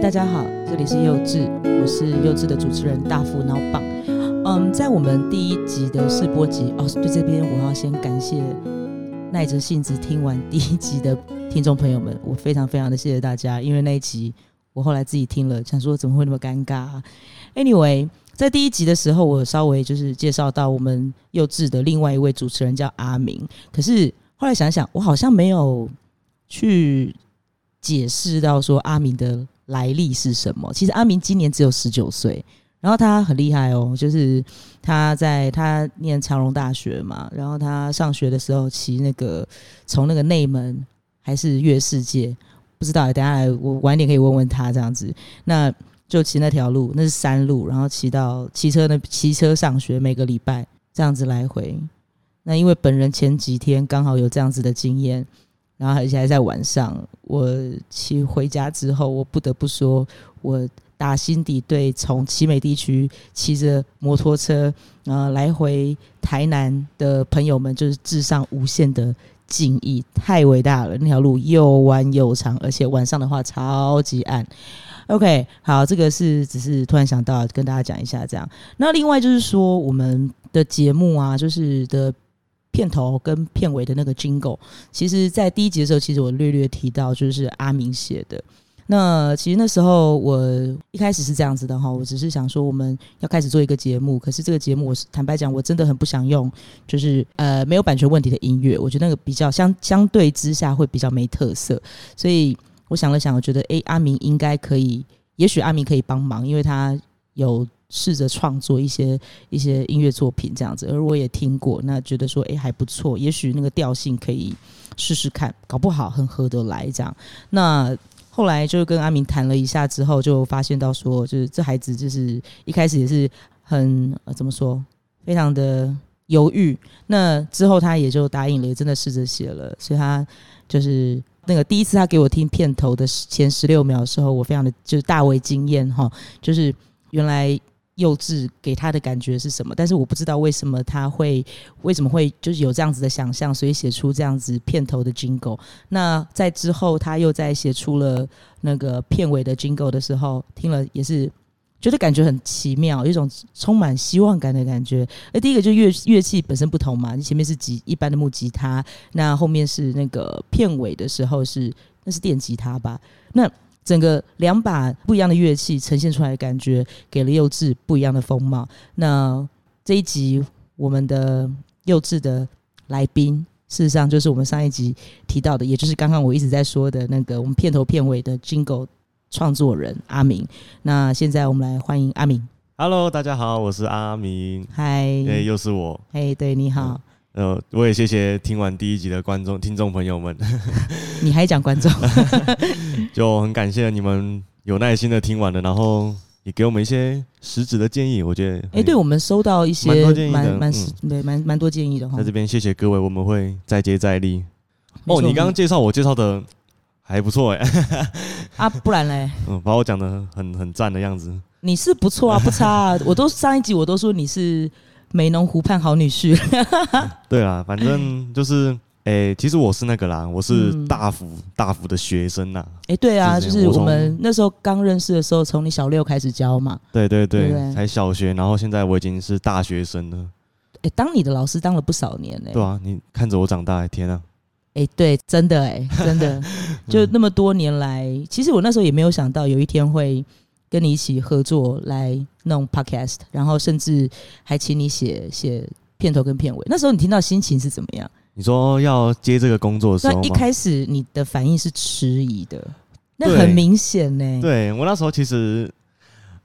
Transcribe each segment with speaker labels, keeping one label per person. Speaker 1: 大家好，这里是幼稚，我是幼稚的主持人大富脑棒。嗯，在我们第一集的试播集哦，对这边我要先感谢耐着性子听完第一集的听众朋友们，我非常非常的谢谢大家，因为那一集我后来自己听了，想说怎么会那么尴尬、啊、？Anyway，在第一集的时候，我稍微就是介绍到我们幼稚的另外一位主持人叫阿明，可是后来想想，我好像没有去解释到说阿明的来历是什么。其实阿明今年只有十九岁，然后他很厉害哦，就是他在他念长荣大学嘛，然后他上学的时候骑那个从那个内门还是月世界，不知道，等下来我晚点可以问问他这样子。那就骑那条路，那是山路，然后骑到骑车那骑车上学，每个礼拜这样子来回。那因为本人前几天刚好有这样子的经验，然后而且还在晚上，我骑回家之后，我不得不说，我打心底对从奇美地区骑着摩托车呃来回台南的朋友们，就是致上无限呃的敬意，太伟大了！那条路又弯又长，而且晚上的话超级暗。OK，好，这个是只是突然想到跟大家讲一下这样。那另外就是说，我们的节目啊，就是的片头跟片尾的那个 Jingle，其实在第一集的时候，其实我略略提到，就是阿明写的。那其实那时候我一开始是这样子的哈，我只是想说我们要开始做一个节目，可是这个节目我是坦白讲，我真的很不想用，就是呃没有版权问题的音乐，我觉得那个比较相相对之下会比较没特色，所以我想了想，我觉得诶，阿明应该可以，也许阿明可以帮忙，因为他有试着创作一些一些音乐作品这样子，而我也听过，那觉得说诶还不错，也许那个调性可以试试看，搞不好很合得来这样。那后来就跟阿明谈了一下之后，就发现到说，就是这孩子就是一开始也是很、呃、怎么说，非常的犹豫。那之后他也就答应了，也真的试着写了。所以他就是那个第一次他给我听片头的前十六秒的时候，我非常的就是大为惊艳哈，就是原来。幼稚给他的感觉是什么？但是我不知道为什么他会为什么会就是有这样子的想象，所以写出这样子片头的 jingle。那在之后，他又在写出了那个片尾的 jingle 的时候，听了也是觉得感觉很奇妙，有一种充满希望感的感觉。而第一个就乐乐器本身不同嘛，你前面是吉一般的木吉他，那后面是那个片尾的时候是那是电吉他吧？那整个两把不一样的乐器呈现出来的感觉，给了幼稚不一样的风貌。那这一集我们的幼稚的来宾，事实上就是我们上一集提到的，也就是刚刚我一直在说的那个我们片头片尾的 Jingle 创作人阿明。那现在我们来欢迎阿明。
Speaker 2: Hello，大家好，我是阿明。
Speaker 1: 嗨，
Speaker 2: 哎，又是我。
Speaker 1: 哎，对，你好。嗯
Speaker 2: 呃，我也谢谢听完第一集的观众、听众朋友们。
Speaker 1: 你还讲观众，
Speaker 2: 就很感谢你们有耐心的听完了，然后也给我们一些实质的建议。我觉得，哎、
Speaker 1: 欸，对我们收到一些蛮蛮、嗯、对蛮蛮多建议的
Speaker 2: 在这边谢谢各位，我们会再接再厉。哦，你刚刚介绍我介绍的还不错哎、 欸。
Speaker 1: 啊，不然嘞？
Speaker 2: 嗯，把我讲的很很赞的样子。
Speaker 1: 你是不错啊，不差啊。我都上一集我都说你是。美浓湖畔好女婿
Speaker 2: 对啊，反 正就是，诶、欸，其实我是那个啦，我是大福、嗯、大福的学生呐。
Speaker 1: 哎、欸，对啊，就是我们那时候刚认识的时候，从你小六开始教嘛。
Speaker 2: 对对对，對對對才小学，然后现在我已经是大学生了。
Speaker 1: 哎、欸，当你的老师当了不少年呢。
Speaker 2: 对啊，你看着我长大，天啊！
Speaker 1: 哎，对，真的哎，真
Speaker 2: 嗯
Speaker 1: 的，就那么多年来，其实我那时候也没有想到有一天会。跟你一起合作来弄 podcast，然后甚至还请你写写片头跟片尾。那时候你听到心情是怎么样？
Speaker 2: 你说要接这个工作的时候，
Speaker 1: 一开始你的反应是迟疑的，那很明显呢、欸。
Speaker 2: 对我那时候其实，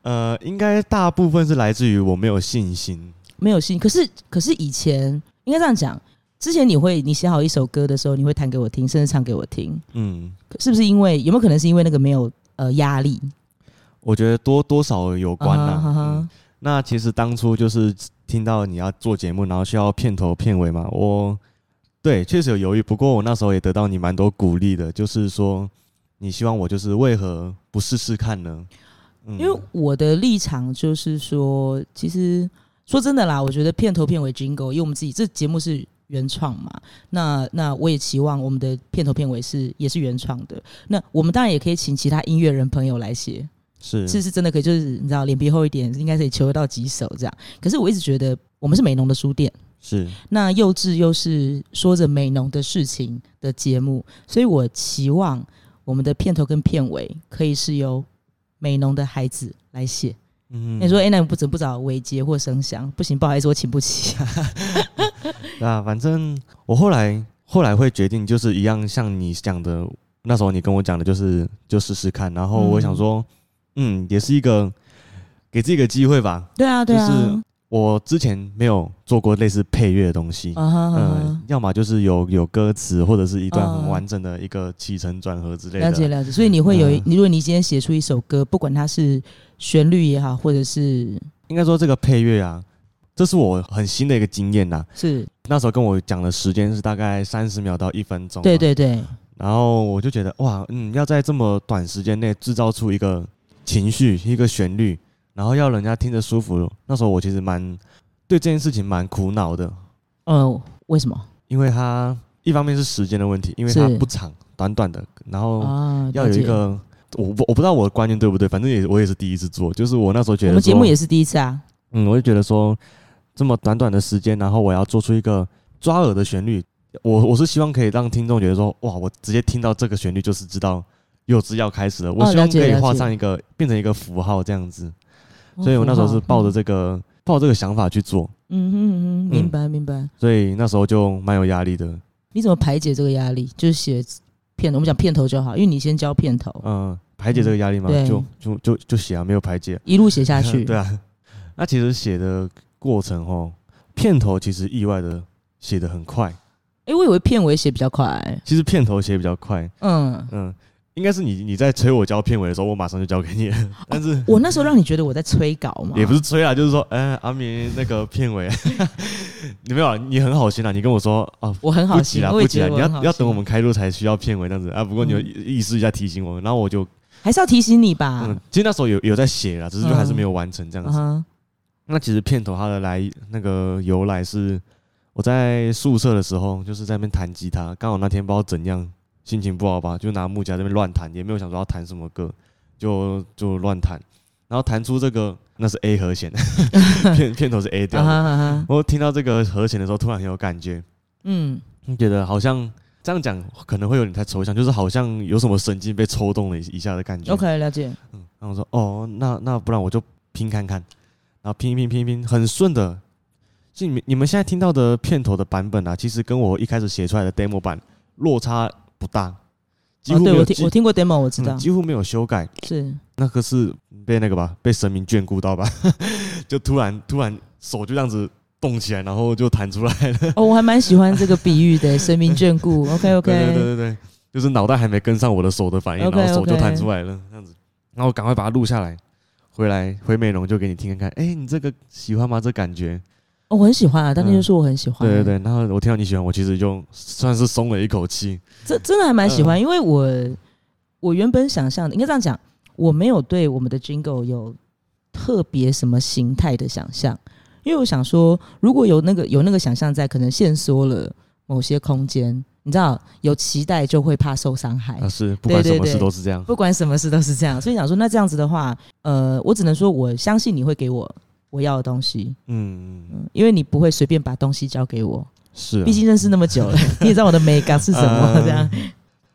Speaker 2: 呃，应该大部分是来自于我没有信心，
Speaker 1: 没有信。可是可是以前应该这样讲，之前你会你写好一首歌的时候，你会弹给我听，甚至唱给我听，嗯，是不是因为有没有可能是因为那个没有呃压力？
Speaker 2: 我觉得多多少有关啦、啊。Uh huh. 嗯、那其实当初就是听到你要做节目，然后需要片头片尾嘛。我对确实有犹豫，不过我那时候也得到你蛮多鼓励的，就是说你希望我就是为何不试试看呢？
Speaker 1: 嗯、因为我的立场就是说，其实说真的啦，我觉得片头片尾 Jingle，因为我们自己这节目是原创嘛。那那我也期望我们的片头片尾是也是原创的。那我们当然也可以请其他音乐人朋友来写，
Speaker 2: 是
Speaker 1: 是是真的可以，就是你知道脸皮厚一点，应该可以求得到几首这样。可是我一直觉得我们是美农的书店，
Speaker 2: 是
Speaker 1: 那幼稚又是说着美农的事情的节目，所以我期望我们的片头跟片尾可以是由美农的孩子来写。
Speaker 2: 嗯
Speaker 1: 你说，哎、那你不怎么不找伟杰或生祥？不行，不好意思，我请不 起。
Speaker 2: 那反正我后来后来会决定，就是一样像你讲的，那时候你跟我讲的，就是就试试看。然后我想说，嗯也是一个给自己一个机会吧。
Speaker 1: 对啊，对啊，
Speaker 2: 就是我之前没有做过类似配乐的东西，
Speaker 1: 啊哈
Speaker 2: 嗯、
Speaker 1: 啊哈
Speaker 2: 要么就是有有歌词，或者是一段
Speaker 1: 嗯
Speaker 2: 很完整的一个起承转合之类的。
Speaker 1: 了解了解。所以你会有一，
Speaker 2: 嗯
Speaker 1: 你如果你今天写出一首歌，不管它是旋律也好，或者是
Speaker 2: 应该说这个配乐啊，这是我很新的一个经验呐、
Speaker 1: 是，
Speaker 2: 那时候跟我讲的时间是大概三十秒到一分钟嘛，
Speaker 1: 对对对，
Speaker 2: 然后我就觉得哇，嗯，要在这么短时间内制造出一个情绪、一个旋律，然后要人家听着舒服。那时候我其实蛮对这件事情蛮苦恼的，
Speaker 1: 呃，为什么
Speaker 2: 因为它一方面是时间的问题，因为它
Speaker 1: 是
Speaker 2: 不长，短短的，然后
Speaker 1: 啊？
Speaker 2: 哦要有
Speaker 1: 了
Speaker 2: 一
Speaker 1: 解
Speaker 2: 个。我不我不知道我的观念对不对，反正也我也是第一次做，就是我那时候觉
Speaker 1: 我
Speaker 2: 得
Speaker 1: 们节目
Speaker 2: 说
Speaker 1: 也是第一次啊，
Speaker 2: 嗯，我就觉得说，这么短短的时间，然后我要做出一个抓耳的旋律，我我是希望可以让听众觉得说，哇，我直接听到这个旋律就是知道幼稚要开始了。
Speaker 1: 哦
Speaker 2: 我希望
Speaker 1: 了解
Speaker 2: 可以
Speaker 1: 了
Speaker 2: 画
Speaker 1: 解哦
Speaker 2: 上一个变成一个符号这样子，所以我那时候是抱着这个抱着这个想法去做，
Speaker 1: 嗯哼嗯哼，
Speaker 2: 嗯
Speaker 1: 明白明白。
Speaker 2: 所以那时候就蛮有压力的。
Speaker 1: 你怎么排解这个压力？就是写片，我们讲片头就好，因为你先教片头，
Speaker 2: 嗯，排解这个压力嘛，
Speaker 1: 哦嗯对
Speaker 2: 就就就就写啊，没有排解。
Speaker 1: 一路写 下去。
Speaker 2: 对啊，那其实写的过程哦，片头其实意外的写的很快，
Speaker 1: 哎、我以为片尾写比较快、
Speaker 2: 其实片头写得比较快。
Speaker 1: 嗯，
Speaker 2: 嗯，应该是你你在催我交片尾的时候，我马上就交给你 了。但是
Speaker 1: 我那时候让你觉得我在催稿嘛，
Speaker 2: 也不是催啊，就是说，哎、阿明那个片尾， 你没有啊，你很好心啊，你跟我说啊，
Speaker 1: 我很好
Speaker 2: 不急
Speaker 1: 心，
Speaker 2: 啦，
Speaker 1: 我
Speaker 2: 不
Speaker 1: 也
Speaker 2: 急
Speaker 1: 觉
Speaker 2: 啦，
Speaker 1: 得
Speaker 2: 你
Speaker 1: 很好
Speaker 2: 要
Speaker 1: 心
Speaker 2: 要等我们，开录才需要片尾这样子啊。不过你有
Speaker 1: 嗯
Speaker 2: 意意识一下提醒我，然后我就，
Speaker 1: 还是要提醒你吧。
Speaker 2: 嗯，其实那时候有有在写啦，只是就还是
Speaker 1: 嗯
Speaker 2: 没有完成这样
Speaker 1: 啊
Speaker 2: 子。
Speaker 1: 哈
Speaker 2: 那其实片头它的来那个由来是我在宿舍的时候，就是在那边弹吉他，刚好那天不知道怎样心情不好吧，就拿木吉他在那边乱弹，也没有想说要弹什么歌，就就乱弹，然后弹出这个那是 A 和弦， 片片头是 A 调
Speaker 1: 啊哈
Speaker 2: 的。
Speaker 1: 啊哈，
Speaker 2: 我听到这个和弦的时候，突然很有感觉，
Speaker 1: 嗯，
Speaker 2: 觉得好像这样讲可能会有点太抽象，就是好像有什么神经被抽动了一一下的感觉。
Speaker 1: OK，了解。
Speaker 2: 嗯，然后我说哦，那那不然我就拼看看，然后拼一拼拼一拼，很顺的。就你们你们现在听到的片头的版本啊，其实跟我一开始写出来的 demo 版落差不大，几
Speaker 1: 哦，
Speaker 2: 乎没
Speaker 1: 对
Speaker 2: 有
Speaker 1: 我
Speaker 2: 几、
Speaker 1: 听我听过 demo，我知道
Speaker 2: 嗯、几乎没有修改。
Speaker 1: 是
Speaker 2: 那个是被那个吧，被神明眷顾到吧， 就突然突然手就这样子动起来，然后就弹出来了。
Speaker 1: 哦，我还蛮喜欢这个比喻的，神明眷顾。OK
Speaker 2: 对对
Speaker 1: OK，
Speaker 2: 对对对，就是脑袋还没跟上我的手的反应
Speaker 1: OK，
Speaker 2: 然后手就
Speaker 1: OK
Speaker 2: 弹出来了，这样子，然后我赶快把它录下来，回来回美容就给你听看看，哎、你这个喜欢吗？这感觉？
Speaker 1: 哦，我很喜欢啊，当天就说我很喜欢。
Speaker 2: 对对对，然后我听到你喜欢，我其实就算是松了一口气，
Speaker 1: 这真的还蛮喜
Speaker 2: 嗯
Speaker 1: 欢，因为我我原本想象的应该这样讲，我没有对我们的 Jingle 有特别什么形态的想象，因为我想说，如果有那个有那个想象在，可能限缩了某些空间。你知道，有期待就会怕受伤害，
Speaker 2: 啊，是不管
Speaker 1: 哎对
Speaker 2: 什
Speaker 1: 对
Speaker 2: 么事
Speaker 1: 对
Speaker 2: 都是这样，
Speaker 1: 不管什么事都是这样。所以想说，那这样子的话，呃，我只能说我相信你会给我我要的东西，
Speaker 2: 嗯，嗯
Speaker 1: 嗯，因为你不会随便把东西交给我，
Speaker 2: 是、啊
Speaker 1: 毕，竟认识那么 久了，你也知道我的美感是什么，
Speaker 2: 嗯
Speaker 1: 这样。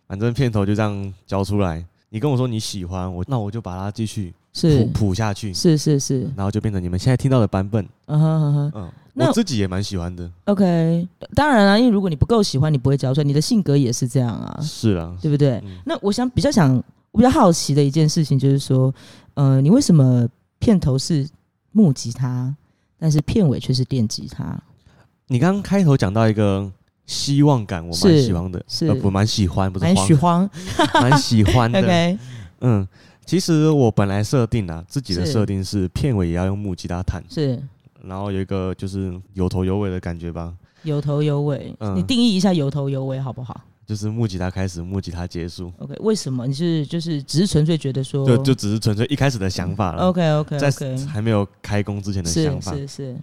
Speaker 2: 反正片头就这样交出来，你跟我说你喜欢我，那我就把它继续谱
Speaker 1: 是
Speaker 2: 谱下去，
Speaker 1: 是是是，
Speaker 2: 然后就变成你们现在听到的版本，
Speaker 1: 嗯哼哼哼。
Speaker 2: 嗯，
Speaker 1: 那
Speaker 2: 我自己也蛮喜欢的，
Speaker 1: OK，当然啦、因为如果你不够喜欢，你不会交出来，你的性格也是这样啊，
Speaker 2: 是啊，
Speaker 1: 对不对？
Speaker 2: 嗯
Speaker 1: 那我想比较想，我比较好奇的一件事情就是说，呃，你为什么片头是木吉他，但是片尾却是电吉他？
Speaker 2: 你刚刚开头讲到一个希望感，我蛮
Speaker 1: 是
Speaker 2: 喜欢的，
Speaker 1: 是
Speaker 2: 呃不蛮喜欢，不是
Speaker 1: 蛮
Speaker 2: 慌
Speaker 1: 喜，欢
Speaker 2: 蛮喜欢的。
Speaker 1: ，OK，
Speaker 2: 嗯，其实我本来设定啊，自己的
Speaker 1: 是
Speaker 2: 设定是片尾也要用木吉他弹，
Speaker 1: 是
Speaker 2: 然后有一个就是有头有尾的感觉吧，
Speaker 1: 有头有尾。
Speaker 2: 嗯
Speaker 1: 你定义一下有头有尾好不好
Speaker 2: 就是木吉他开始，木吉他结束，
Speaker 1: ？OK，为什么你是就是只是纯粹觉得说，
Speaker 2: 就就只是纯粹一开始的想法了。
Speaker 1: OK OK
Speaker 2: 在
Speaker 1: OK，
Speaker 2: 还没有开工之前的
Speaker 1: 嗯是
Speaker 2: 想法，然
Speaker 1: 是是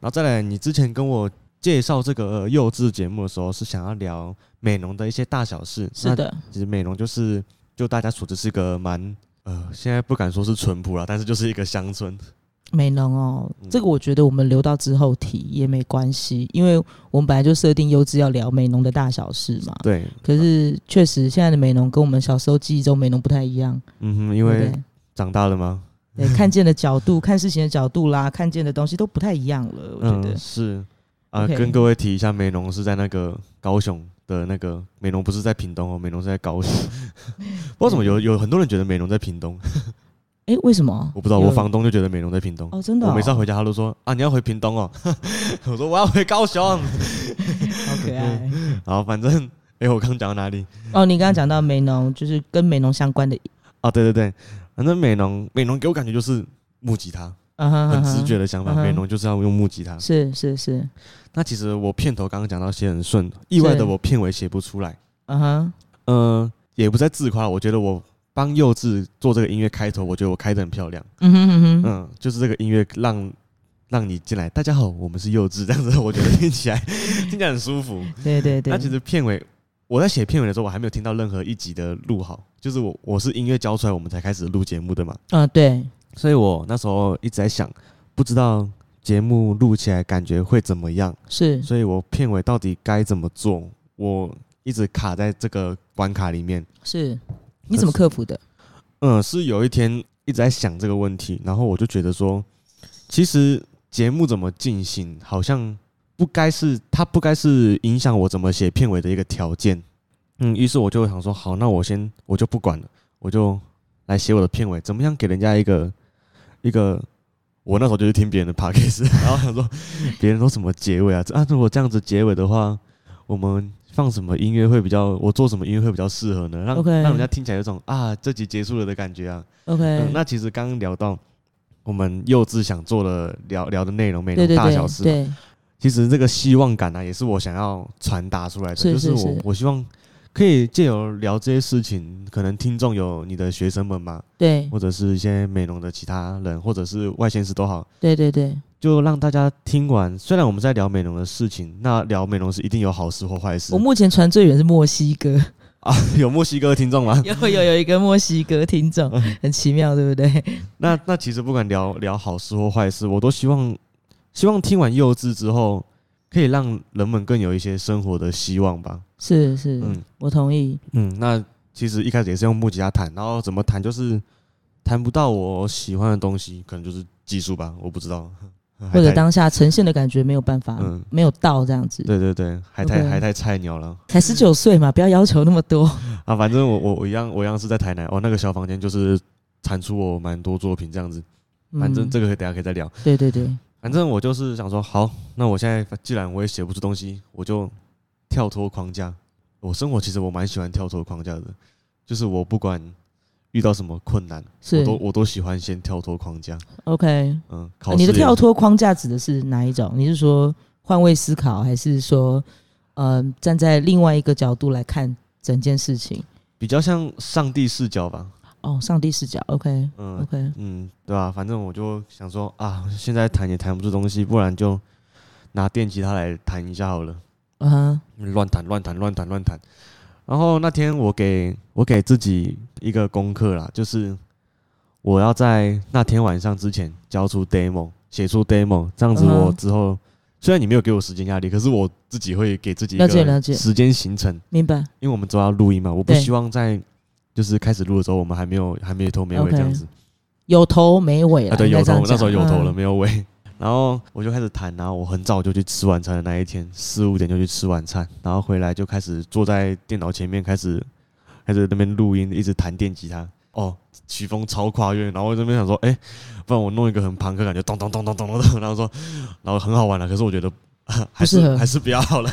Speaker 2: 后再来，你之前跟我介绍这个呃幼稚节目的时候，是想要聊美容的一些大小事。
Speaker 1: 是，的，
Speaker 2: 其实美容就是就大家所知是个蛮呃，现在不敢说是淳朴了，但是就是一个乡村。
Speaker 1: 啊美容哦，
Speaker 2: 嗯
Speaker 1: 这个我觉得我们留到之后提也没关系，因为我们本来就设定优质要聊美容的大小事嘛。
Speaker 2: 对，
Speaker 1: 可是确实现在的美容跟我们小时候记忆中美容不太一样，
Speaker 2: 嗯哼，
Speaker 1: 对
Speaker 2: 因
Speaker 1: 不
Speaker 2: 为
Speaker 1: 对？
Speaker 2: 长大了吗？
Speaker 1: 对，看见的角度、看事情的角度啦，看见的东西都不太一样了。我觉得、
Speaker 2: 嗯，是啊、
Speaker 1: OK
Speaker 2: 跟各位提一下，美容是在那个高雄的那个美容，不是在屏东哦，美容是在 高雄。不知道怎
Speaker 1: 嗯
Speaker 2: 么有有很多人觉得美容在屏东，
Speaker 1: 诶，为什么？
Speaker 2: 我不知道，
Speaker 1: 有
Speaker 2: 我房东就觉得美容在屏东。
Speaker 1: 哦，真的、哦，
Speaker 2: 我每次要回家，他都说啊，你要回屏东哦。 我说我要回高雄。
Speaker 1: 好可 爱。
Speaker 2: 然后反正，哎、我刚讲到哪里？
Speaker 1: 哦，你刚刚讲到美容，就是跟美容相关的，
Speaker 2: 啊，对对对，反正美容，美容给我感觉就是木吉他，
Speaker 1: 啊哈
Speaker 2: 很直觉的想法。
Speaker 1: 嗯哼
Speaker 2: 美容就是要用木吉他。
Speaker 1: 是是是，
Speaker 2: 那其实我片头刚刚讲到写很顺，意外的我片尾写不出来。
Speaker 1: 嗯哼，
Speaker 2: 嗯，也不在自夸，我觉得我帮幼稚做这个音乐开头，我觉得我开的很漂亮。
Speaker 1: 嗯哼嗯哼，
Speaker 2: 嗯，就是这个音乐让让你进来，大家好，我们是幼稚，这样子我觉得听起 来听起来很舒服。
Speaker 1: 对对对
Speaker 2: 嗯那其，实片尾我在写片尾的时候，我还没有听到任何一集的录好，就是我我是音乐教出来，我们才开始录节目的嘛，
Speaker 1: 嗯对，
Speaker 2: 所以我那时候一直在想，不知道节目录起来感觉会怎么样，
Speaker 1: 是
Speaker 2: 所以我片尾到底该怎么做，我一直卡在这个关卡里面。
Speaker 1: 是，你怎么克服的？
Speaker 2: 嗯，是有一天一直在想这个问题，然后我就觉得说，其实节目怎么进行，好像不该是它不该是影响我怎么写片尾的一个条件。嗯，于是我就想说，好，那我先我就不管了，我就来写我的片尾，怎么样给人家一个一个。我那时候就是听别人的 podcast，然 后想说别人说什么结尾啊，这啊如果这样子结尾的话，我们放什么音乐会比较，我做什么音乐会比较适合呢？让
Speaker 1: OK
Speaker 2: 让人家听起来有种啊这集结束了的感觉啊。嗯
Speaker 1: OK，，
Speaker 2: 那其实刚刚聊到我们幼稚想做的聊聊的内容，美
Speaker 1: 对
Speaker 2: 容
Speaker 1: 对
Speaker 2: 大小事
Speaker 1: 对，
Speaker 2: 嘛，
Speaker 1: 对，
Speaker 2: 其实这个希望感啊呢、也是我想要传达出来的，
Speaker 1: 是
Speaker 2: 就是
Speaker 1: 是
Speaker 2: 我
Speaker 1: 是
Speaker 2: 我希望可以借由聊这些事情，可能听众有你的学生们嘛，
Speaker 1: 对
Speaker 2: 或者是一些美容的其他人，或者是外县市都好。
Speaker 1: 对对对，
Speaker 2: 就让大家听完，虽然我们在聊美容的事情，那聊美容是一定有好事或坏事
Speaker 1: 我。目前传最远是墨西哥，
Speaker 2: 啊，有墨西哥的听众吗？
Speaker 1: 有有有一个墨西哥听众，很奇妙，对不对？
Speaker 2: 那那其实不管聊聊好事或坏事，我都希望希望听完幼稚之后，可以让人们更有一些生活的希望吧。
Speaker 1: 是是，
Speaker 2: 嗯
Speaker 1: 我同意，
Speaker 2: 嗯，那其实一开始也是用木吉他弹，然后怎么弹就是弹不到我喜欢的东西，可能就是技术吧，我不知道。
Speaker 1: 或
Speaker 2: 或
Speaker 1: 者当下呈现的感觉没有办法
Speaker 2: 嗯，
Speaker 1: 没有到这样子，
Speaker 2: 对对对，还太
Speaker 1: OK
Speaker 2: 还太菜鸟了
Speaker 1: 才十九岁嘛，不要要求那么多。
Speaker 2: 啊！反正我我我一样我一样是在台南哦，那个小房间就是产出我蛮多作品这样子。反正
Speaker 1: 嗯
Speaker 2: 这个等一下可以再聊。
Speaker 1: 对对对，
Speaker 2: 反正我就是想说，好，那我现在既然我也写不出东西，我就跳脱框架。我生活其实我蛮喜欢跳脱框架的，就是我不管遇到什么困难，我
Speaker 1: 是
Speaker 2: 都我都喜欢先跳脱框架。
Speaker 1: OK。
Speaker 2: 嗯，考试
Speaker 1: 你的
Speaker 2: 也
Speaker 1: 跳脱框架指的是哪一种？你是说换位思考，还是说，呃，站在另外一个角度来看整件事情？
Speaker 2: 比较像上帝视角吧。
Speaker 1: 哦，上帝视角，OK，OK，、
Speaker 2: 嗯嗯，对吧、反正我就想说啊，现在弹也弹不出东西，不然就拿电吉他来弹一下好了。
Speaker 1: 嗯哼，
Speaker 2: 乱弹乱弹乱弹乱弹。然后那天我给我给自己一个功课啦，就是我要在那天晚上之前交出 demo，写出 demo，这样子
Speaker 1: 嗯哼
Speaker 2: 我之后、虽然你没有给我时间压力，可是我自己会给自己一
Speaker 1: 了解了
Speaker 2: 个
Speaker 1: 解
Speaker 2: 时间行程，
Speaker 1: 明白
Speaker 2: 因为我们都要录音嘛，我不
Speaker 1: 对
Speaker 2: 希望在就是开始录的时候我们还没有还没有头没尾
Speaker 1: OK
Speaker 2: 这样子。
Speaker 1: 有头没尾了、
Speaker 2: 啊，对，
Speaker 1: 应该
Speaker 2: 有
Speaker 1: 这
Speaker 2: 头
Speaker 1: 样，
Speaker 2: 那时候有
Speaker 1: 讲
Speaker 2: 头了，
Speaker 1: 嗯
Speaker 2: 没有尾。 然后我就开始弹，然后我很早就去吃晚餐的那一天，四五点就去吃晚餐，然后回来就开始坐在电脑前面，开始开始那边录音，一直弹电吉他。哦，曲风超跨越，然后我这边想说，哎、不然我弄一个很朋克感觉，咚咚咚咚咚咚咚，然后说，然后很好玩了，可是我觉得 啊还
Speaker 1: 不适
Speaker 2: 是
Speaker 1: 合
Speaker 2: 还是不要好了。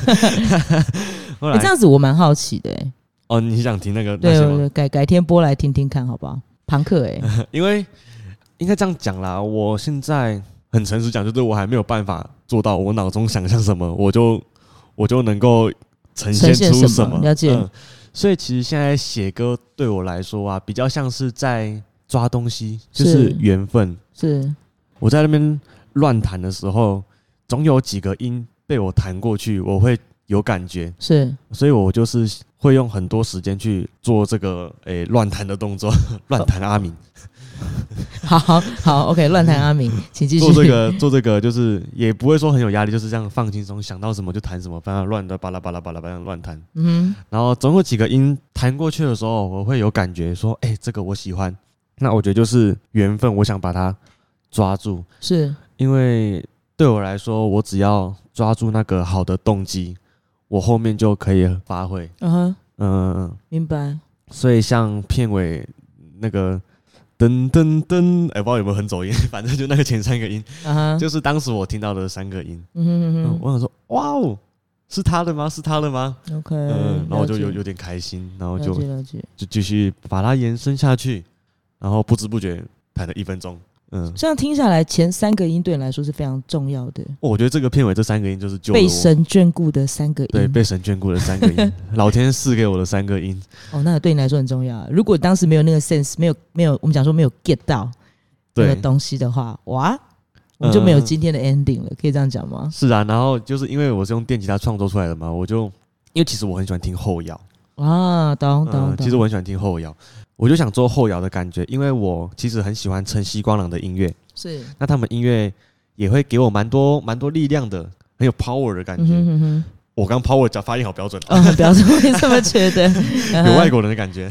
Speaker 2: 后
Speaker 1: 诶这
Speaker 2: 来
Speaker 1: 样子我蛮好奇的、诶
Speaker 2: 哦，你想听那个那
Speaker 1: 对
Speaker 2: 些
Speaker 1: 对
Speaker 2: 吗？
Speaker 1: 对，改改天播来听听看，好不好？庞克、诶
Speaker 2: 因为应该这样讲啦，我现在很诚实讲，就是我还没有办法做到我脑中想象什么，我就 我就能够呈
Speaker 1: 呈
Speaker 2: 现
Speaker 1: 现
Speaker 2: 出
Speaker 1: 什么
Speaker 2: 么。嗯
Speaker 1: 了解
Speaker 2: 所以其实现在写歌对我来说啊，比较像是在抓东西，就是是缘分。
Speaker 1: 是
Speaker 2: 我在那边乱弹的时候，总有几个音被我弹过去，我会有感觉，
Speaker 1: 是
Speaker 2: 所以我就是会用很多时间去做这个诶乱弹的动作， 乱弹阿明，
Speaker 1: 好好 OK，乱弹阿明，请继续
Speaker 2: 嗯做这个 做这个就是也不会说很有压力，就是这样放轻松，想到什么就弹什么，反正乱的巴拉巴拉巴拉巴拉乱弹。
Speaker 1: 嗯
Speaker 2: 然后总有几个音弹过去的时候，我会有感觉说，哎、这个我喜欢。那我觉得就是缘分，我想把它抓住，
Speaker 1: 哼，是
Speaker 2: 因为对我来说，我只要抓住那个好的动机，我后面就可以发挥。
Speaker 1: 嗯哼，
Speaker 2: 嗯、嗯
Speaker 1: 明白。
Speaker 2: 所以像片尾那个噔噔噔，哎、不知道有没有很走音， 反正就那个前三个音，
Speaker 1: 啊哈，
Speaker 2: 就是当时我听到的三个音。
Speaker 1: 嗯哼
Speaker 2: 嗯
Speaker 1: 嗯
Speaker 2: 我想说，哇哦，是他的吗？是他的吗？
Speaker 1: 哼，OK，
Speaker 2: 嗯、然后我就
Speaker 1: 了解
Speaker 2: 有有点开心，然后
Speaker 1: 了
Speaker 2: 就嗯
Speaker 1: 解了解。
Speaker 2: 就继续把它延伸下去，然后不知不觉弹了一分钟。嗯，
Speaker 1: 这样听下来，前三个音对你来说是非常重要的，
Speaker 2: 哦我觉得这个片尾这三个音就是救了
Speaker 1: 被
Speaker 2: 我，
Speaker 1: 神眷顾的三个音。
Speaker 2: 对，被神眷顾的三 个音，老天赐给我的三个音。
Speaker 1: 哦，那对你来说很重要啊。如果当时没有那个 sense，没有没有，我们讲说没有 get 到那个
Speaker 2: 对，
Speaker 1: 东西的话，哇，我们就没有
Speaker 2: 嗯
Speaker 1: 今天的 ending 了，可以这样讲吗？
Speaker 2: 是啊，然后就是因为我是用电吉他创作出来的嘛，我就因为其实我很喜欢听后摇，
Speaker 1: 哇，啊懂懂
Speaker 2: 嗯，
Speaker 1: 懂。
Speaker 2: 其实我很喜欢听后摇，我就想做后摇的感觉，因为我其实很喜欢晨曦光朗的音乐，
Speaker 1: 是，
Speaker 2: 那他们音乐也会给我蛮多蛮多力量的，很有 power 的感
Speaker 1: 嗯
Speaker 2: 觉。
Speaker 1: 哼哼哼，
Speaker 2: 我刚 power 讲发音好 标准哦，
Speaker 1: 哦，不要这么这么觉 得，嗯
Speaker 2: 有外国人的感觉。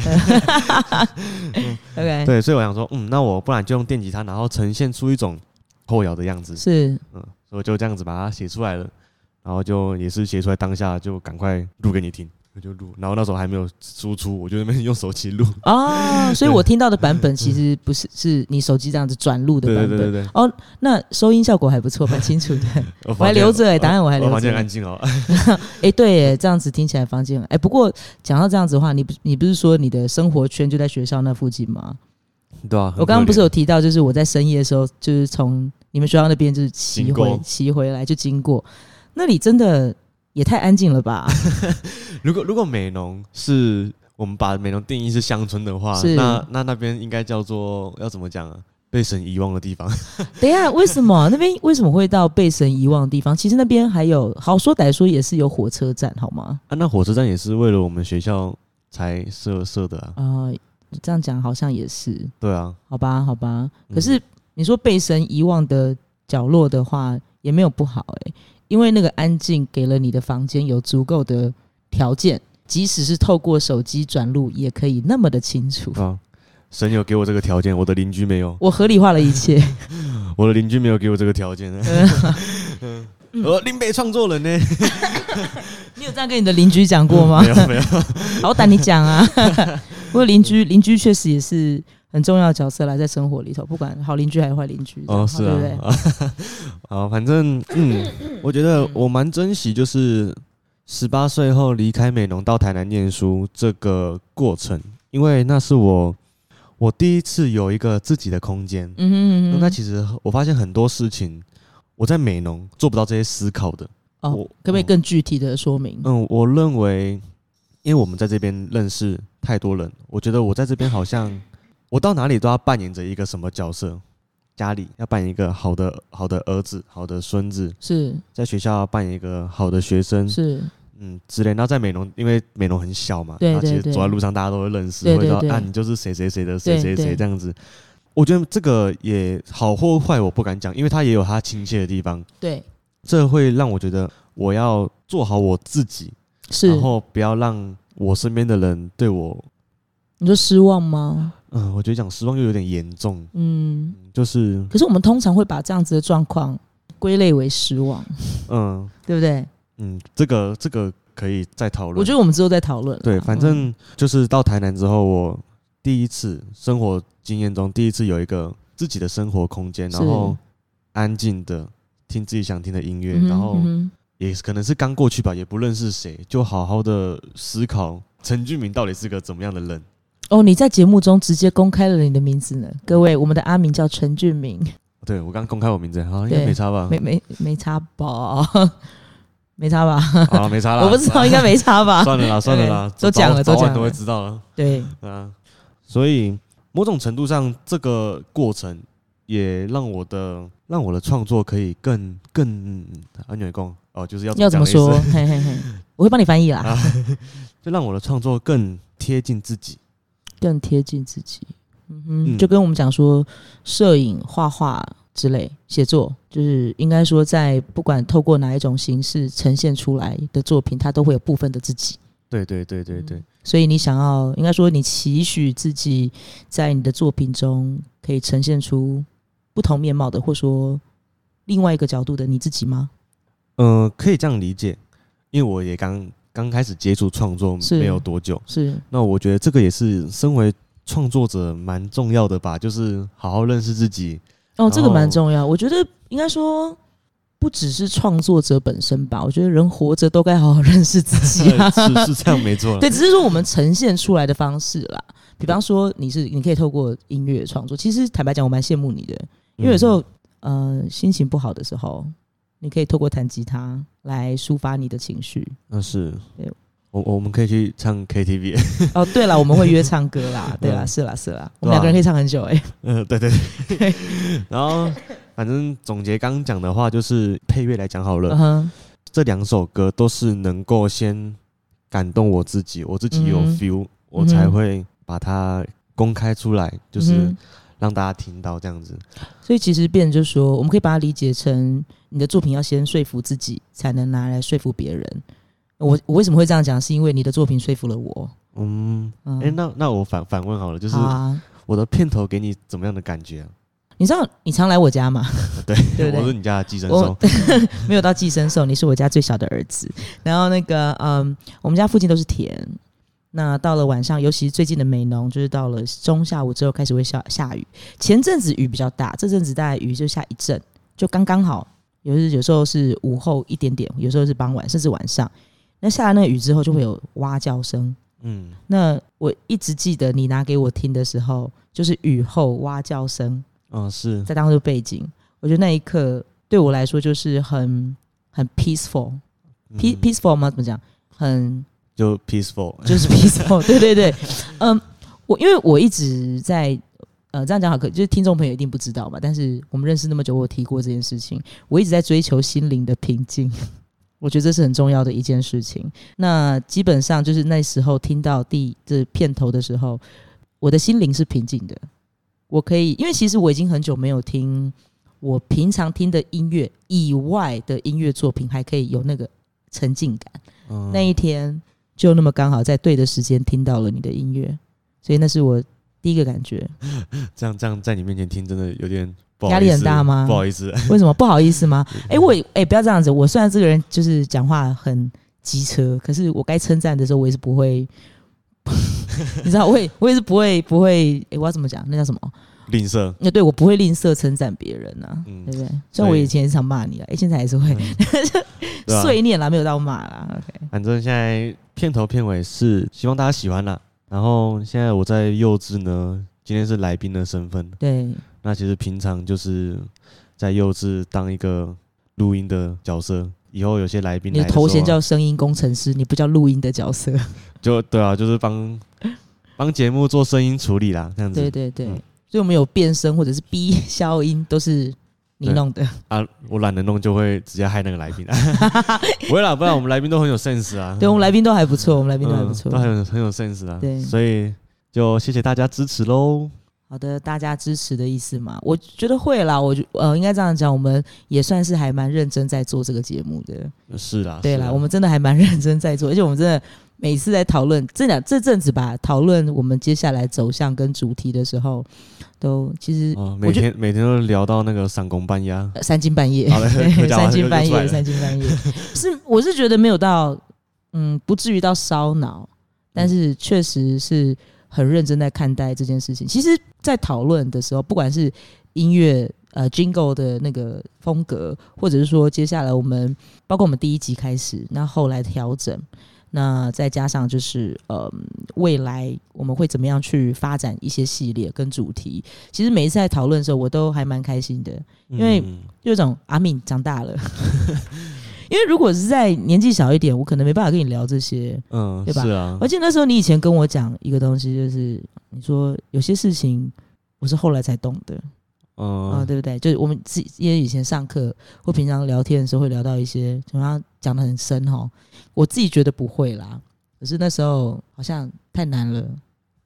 Speaker 1: OK，
Speaker 2: 对，所以我想说，嗯，那我不然就用电吉他，然后呈现出一种后摇的样子，
Speaker 1: 是
Speaker 2: 嗯，所以我就这样子把它写出来了，然后就也是写出来当下就赶快录给你听，我就录，然后那时候还没有输出，我就在那边用手机录，
Speaker 1: 哦，所以我听到的版本其实不是是你手机这样子转录的
Speaker 2: 对
Speaker 1: 版
Speaker 2: 对
Speaker 1: 本。
Speaker 2: 对对对，
Speaker 1: 哦，那收音效果还不错，蛮清楚的。
Speaker 2: 我
Speaker 1: 我还留着欸档案我还留着
Speaker 2: 房间很安静哦，
Speaker 1: 哎、对耶，这样子听起来房间哎、不过讲到这样子的话，你不你不是说你的生活圈就在学校那附近吗？
Speaker 2: 对啊，很
Speaker 1: 我刚刚
Speaker 2: 可
Speaker 1: 不是
Speaker 2: 怜
Speaker 1: 有提到，就是我在深夜的时候，就是从你们学校那边就是骑
Speaker 2: 经
Speaker 1: 回
Speaker 2: 过
Speaker 1: 骑回来就经过，那里真的也太安静了 吧？
Speaker 2: 如果如果美浓是我们把美浓定义是乡村的话，
Speaker 1: 是
Speaker 2: 那那那边应该叫做要怎么讲啊？被神遗忘的地方，
Speaker 1: 等一下，为什么那边为什么会到被神遗忘的地方？其实那边还有好说歹说也是有火车站，好吗？
Speaker 2: 啊，那火车站也是为了我们学校才设设的啊，
Speaker 1: 啊、这样讲好像也是，
Speaker 2: 对啊，
Speaker 1: 好吧，好吧。
Speaker 2: 嗯
Speaker 1: 可是你说被神遗忘的角落的话，也没有不好诶、因为那个安静给了你的房间有足够的条件，即使是透过手机转录，也可以那么的清楚。
Speaker 2: 啊，神有给我这个条件，我的邻居没 有，
Speaker 1: 我合理化了一切，
Speaker 2: 我的邻居没有给我这个条件。 呃，林北创作人呢？
Speaker 1: 你有这样跟你的邻居讲过吗
Speaker 2: 没？有没有，
Speaker 1: 好歹你讲 啊！不过邻居，邻居确实也是很重要的角色啦，在生活里头，不管好邻居还是坏邻居，
Speaker 2: 哦是
Speaker 1: 对不对
Speaker 2: 啊？， 啊，反正 嗯，我觉得我蛮珍惜，就是十八岁后离开美农到台南念书这个过程，因为那是我我第一次有一个自己的空间。
Speaker 1: 嗯哼嗯
Speaker 2: 那
Speaker 1: 哼，
Speaker 2: 那其实我发现很多事情，我在美农做不到这些思考的。
Speaker 1: 哦
Speaker 2: 我
Speaker 1: 可不可以
Speaker 2: 嗯
Speaker 1: 更具体的说明？
Speaker 2: 嗯，我认为，因为我们在这边认识太多人，我觉得我在这边好像，我到哪里都要扮演着一个什么角色。家里要扮演一个好的好的儿子、好的孙子，
Speaker 1: 是
Speaker 2: 在学校扮演一个好的学生，
Speaker 1: 是，
Speaker 2: 嗯之类。然后在美容，因为美容很小嘛，
Speaker 1: 对
Speaker 2: 然后其
Speaker 1: 对
Speaker 2: 实
Speaker 1: 对
Speaker 2: 走在路上大家都会认识，
Speaker 1: 对
Speaker 2: 会
Speaker 1: 对
Speaker 2: 知道
Speaker 1: 对
Speaker 2: 啊你就是谁谁谁的谁
Speaker 1: 对
Speaker 2: 谁
Speaker 1: 对
Speaker 2: 谁这样子。我觉得这个也好或坏，我不敢讲，因为它也有它亲切的地方。
Speaker 1: 对，
Speaker 2: 这会让我觉得我要做好我自己，
Speaker 1: 是
Speaker 2: 然。后不要让我身边的人对我，
Speaker 1: 你说失望吗？
Speaker 2: 嗯、我觉得讲失望又有点严重，
Speaker 1: 嗯，
Speaker 2: 就是
Speaker 1: 可是我们通常会把这样子的状况归类为失望，
Speaker 2: 嗯
Speaker 1: 对不对？
Speaker 2: 嗯，这个这个可以再讨论。
Speaker 1: 我觉得我们之后再讨论啦。
Speaker 2: 对，
Speaker 1: 嗯
Speaker 2: 反正就是到台南之后，我第一次生活经验中第一次有一个自己的生活空间，
Speaker 1: 是
Speaker 2: 然后安静的听自己想听的音乐，
Speaker 1: 嗯哼
Speaker 2: 然后
Speaker 1: 嗯哼
Speaker 2: 也可能是刚过去吧，也不认识谁，就好好的思考陈俊明到底是个怎么样的人。
Speaker 1: 哦，你在节目中直接公开了你的名字呢，各位，我们的阿明叫陈俊明，
Speaker 2: 对我刚公开我名字，好，应该
Speaker 1: 对
Speaker 2: 没差吧？
Speaker 1: 没没没差吧？ 没差吧？
Speaker 2: 啊，没差啦。
Speaker 1: 我不知道，应该没差吧？
Speaker 2: 算 了啦，算了啦，
Speaker 1: 哎都讲了
Speaker 2: 早
Speaker 1: 都讲
Speaker 2: 早晚都
Speaker 1: 了
Speaker 2: 会知道了
Speaker 1: 对，
Speaker 2: 啊。所以某种程度上，这个过程也让我的让我的创作可以更更安远共哦，就是要
Speaker 1: 要怎么
Speaker 2: 讲
Speaker 1: 说
Speaker 2: 类似？
Speaker 1: 嘿嘿嘿，我会帮你翻译 啦，
Speaker 2: 啊就让我的创作更贴近自己。
Speaker 1: 更贴近自己。嗯哼，
Speaker 2: 嗯
Speaker 1: 就跟我们讲说，摄影、画画之类，写作，就是应该说，在不管透过哪一种形式呈现出来的作品，它都会有部分的自己。
Speaker 2: 对对对对对，
Speaker 1: 所以你想要，应该说你期许自己在你的作品中可以呈现出不同面貌的，或说另外一个角度的你自己吗？
Speaker 2: 嗯、可以这样理解，因为我也刚刚开始接触创作
Speaker 1: 是
Speaker 2: 没有多久，
Speaker 1: 是，
Speaker 2: 那我觉得这个也是身为创作者蛮重要的吧，就是好好认识 自己。
Speaker 1: 哦，这个
Speaker 2: 然后
Speaker 1: 蛮重要。我觉得应该说，不只是创作者本身吧，我觉得人活着都该好好 认识自己、啊。
Speaker 2: 是是这样没错 啦，
Speaker 1: 对，只是说我们呈现出来的方式啦。比方说，你是你可以透过音乐创作。其实坦白讲，我蛮羡慕你的，因为有时
Speaker 2: 嗯
Speaker 1: 候、呃心情不好的时候，你可以透过弹吉他来抒发你的情绪。
Speaker 2: 那是
Speaker 1: 对，
Speaker 2: 我我们可以去唱 KTV。
Speaker 1: 哦，对了，我们会约唱歌 啦，对啦，
Speaker 2: 嗯
Speaker 1: 是啦是啦，我们两个人
Speaker 2: 对啊
Speaker 1: 可以唱很久 哎、
Speaker 2: 嗯，对对对。 然后，反正总结刚刚讲的话，就是配乐来讲好了
Speaker 1: 嗯，哼，
Speaker 2: 这两首歌都是能够先感动我自己，我自己有
Speaker 1: 嗯
Speaker 2: feel，、我才
Speaker 1: 嗯哼
Speaker 2: 会把它公开出来，就是
Speaker 1: 嗯
Speaker 2: 让大家听到这样子。
Speaker 1: 所以其实变成就是说，我们可以把它理解成你的作品要先说服自己，才能拿来说服别人。我我为什么会这样讲？是因为你的作品说服了我。
Speaker 2: 嗯，
Speaker 1: 嗯，
Speaker 2: 哎、那那我反反问好了，就是
Speaker 1: 好啊。
Speaker 2: 我的片头给你怎么样的感觉啊、
Speaker 1: 你知道你常来我家吗？
Speaker 2: 对，
Speaker 1: 对不
Speaker 2: 我是
Speaker 1: 对？
Speaker 2: 你家的寄生
Speaker 1: 我
Speaker 2: 兽。
Speaker 1: 没有到寄生兽，你是我家最小的儿子。然后那个，嗯，我们家附近都是田。那到了晚上，尤其最近的美浓，就是到了中下午之后开始会下下雨。前阵子雨比较大，这阵子大概雨就下一阵，就刚刚好。有时有时候是午后一点点，有时候是傍晚，甚至晚上。那下了那个雨之后，就会有蛙叫声。
Speaker 2: 嗯，
Speaker 1: 那我一直记得你拿给我听的时候，就是雨后蛙叫声。
Speaker 2: 哦，是，
Speaker 1: 再当做背景，我觉得那一刻对我来说就是很很 peaceful，peace、
Speaker 2: 嗯
Speaker 1: peaceful 吗？怎么讲？很
Speaker 2: 就 peaceful。
Speaker 1: 就是 peaceful，对对对，嗯，我因为我一直在呃这样讲好，可就是听众朋友一定不知道嘛，但是我们认识那么久，我有提过这件事情，我一直在追求心灵的平静。 我觉得这是很重要的一件事情。那基本上就是那时候听到第这片头的时候，我的心灵是平静的。我可以，因为其实我已经很久没有听我平常听的音乐以外的音乐作品，还可以有那个沉浸感。
Speaker 2: 嗯
Speaker 1: 那一天就那么刚好在对的时间听到了你的音乐，所以那是我第一个感 觉。
Speaker 2: 这样这样在你面前听，真的有点不好
Speaker 1: 压力
Speaker 2: 意
Speaker 1: 很
Speaker 2: 思
Speaker 1: 大吗
Speaker 2: 不好意思，
Speaker 1: 为什么不好意思
Speaker 2: 嗯
Speaker 1: 吗？哎、我哎、不要这样子。我虽然这个人就是讲话很机车，可是我该称赞的时候，我也是不会， 你知道，我也我也是不会不会。哎、我要怎么讲？那叫什么？
Speaker 2: 吝啬。
Speaker 1: 那对我不会吝啬称赞别人啊，
Speaker 2: 嗯
Speaker 1: 对不对？虽然我以前也是常骂你啊，哎、现在还是 会、
Speaker 2: 对啊
Speaker 1: 碎念啦，没有到骂啦。OK，
Speaker 2: 反正现在片头片尾是希望大家喜欢啦。然后现在我在幼稚呢，今天是来宾的身份。
Speaker 1: 对，
Speaker 2: 那其实平常就是在幼稚当一个录音的角色。以后有些来宾
Speaker 1: 你
Speaker 2: 来
Speaker 1: 的
Speaker 2: 的
Speaker 1: 头衔
Speaker 2: 时候啊
Speaker 1: 叫声音工程师，你不叫录音的角色。
Speaker 2: 就对啊，就是帮 帮节目做声音处理啦，这样子。
Speaker 1: 对对对，
Speaker 2: 嗯
Speaker 1: 所以我们有变声或者是逼消音，都是你弄的。
Speaker 2: 啊，我懒得弄，就会直接害那个来宾啊。 不会啦，不然我们来宾都很有 sense 啊。
Speaker 1: 对我们来宾都还不错，我们来宾都还
Speaker 2: 嗯
Speaker 1: 不错。
Speaker 2: 都很有很有 sense 啊。
Speaker 1: 对
Speaker 2: 所以就谢谢大家支持喽。
Speaker 1: 好的，大家支持的意思嘛？我觉得会啦，我就呃应该这样讲，我们也算是还蛮认真在做这个节目的。
Speaker 2: 是啦，
Speaker 1: 对
Speaker 2: 啊是
Speaker 1: 啦，我们真的还蛮认真在做，而且我们真的每次在讨论这两这阵子吧，讨论我们接下来走向跟主题的时候，都其实
Speaker 2: 哦，
Speaker 1: 我
Speaker 2: 每
Speaker 1: 觉
Speaker 2: 天每天都聊到那个三公半 鸭，
Speaker 1: 呃三更半夜，
Speaker 2: 好嘞
Speaker 1: 对 三
Speaker 2: 讲完就
Speaker 1: 更半
Speaker 2: 就出来
Speaker 1: 夜，
Speaker 2: 了
Speaker 1: 三更半夜， 是我是觉得没有到，嗯，不至于到烧脑，但是确实是很认真在看待这件事情。其实，在讨论的时候，不管是音乐呃 Jingle 的那个风格，或者是说接下来我们包括我们第一集开始，那后来调整。那再加上就是，呃，未来我们会怎么样去发展一些系列跟主题？其实每一次在讨论的时候，我都还蛮开心的，因为
Speaker 2: 嗯
Speaker 1: 有一种阿敏长大了。 因为如果是在年纪小一点，我可能没办法跟你聊这些。
Speaker 2: 嗯，
Speaker 1: 对吧
Speaker 2: 是啊
Speaker 1: 而，且那时候你以前跟我讲一个东西，就是你说有些事情我是后来才懂的，
Speaker 2: 嗯
Speaker 1: 啊，对不对？就是我们自己因为以前上课或平常聊天的时候，会聊到一些，好像讲的很深哦。我自己觉得不会啦，可是那时候好像太难了。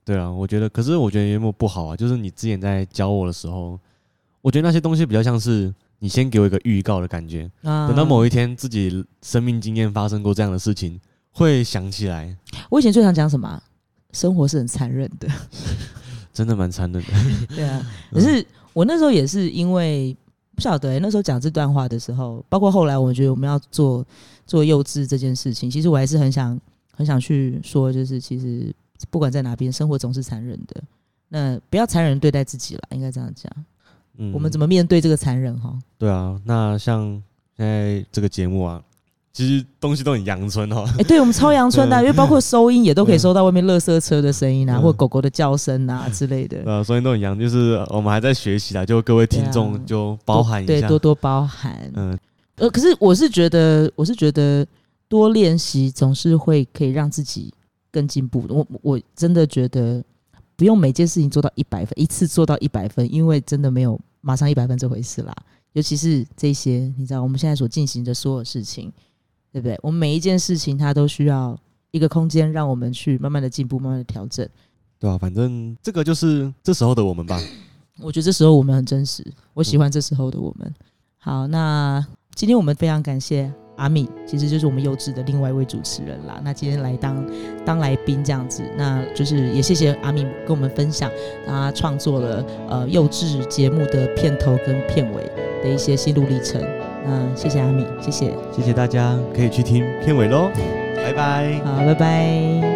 Speaker 2: 对啊，我觉得，可是我觉得也没有不好啊。就是你之前在教我的时候，我觉得那些东西比较像是你先给我一个预告的感觉，
Speaker 1: 啊，
Speaker 2: 等到某一天自己生命经验发生过这样的事情，会想起来，
Speaker 1: 我以前最常讲什么啊、生活是很残忍的，
Speaker 2: 真的蛮残忍的。
Speaker 1: 对啊。可
Speaker 2: 嗯
Speaker 1: 是我那时候也是因为不晓得欸、那时候讲这段话的时候，包括后来我觉得我们要做做幼稚这件事情，其实我还是很想很想去说，就是其实不管在哪边，生活总是残忍的。那不要残忍对待自己了，应该这样讲。
Speaker 2: 嗯
Speaker 1: 我们怎
Speaker 2: 么
Speaker 1: 么面对这个残忍哈？
Speaker 2: 对啊？那像现在这个节目啊，其实东西都很阳春哦。
Speaker 1: 哎、对我们超阳春的 啊、因为包括收音也都可以
Speaker 2: 嗯
Speaker 1: 收到外面垃圾车的声音啊，
Speaker 2: 嗯
Speaker 1: 或狗狗的叫声啊之类的。
Speaker 2: 对啊，所以都很洋，就是我们还在学习啊，就各位听
Speaker 1: 对啊
Speaker 2: 众就包含一
Speaker 1: 对，
Speaker 2: 下，
Speaker 1: 多多包涵。
Speaker 2: 嗯，
Speaker 1: 呃，可是我是觉得，我是觉得多练习总是会可以让自己更进步。我我真的觉得不用每件事情做到一百分，一次做到一百分，因为真的没有马上一百分这回事啦。尤其是这些，你知道我们现在所进行的所有事情，对不对？我们每一件事情它都需要一个空间，让我们去慢慢的进步，慢慢的调整。
Speaker 2: 对啊，反正这个就是这时候的我们吧。
Speaker 1: 我觉得这时候我们很真实，我喜欢这时候的我们。好，那今天我们非常感谢阿米，其实就是我们优质的另外一位主持人啦。那今天来当当来宾这样子，那就是也谢谢阿米跟我们分享他创作了呃幼稚节目的片头跟片尾的一些心路历程。那谢谢阿米，谢谢，
Speaker 2: 谢谢大家，可以去听片尾喽，拜拜。
Speaker 1: 好，拜拜。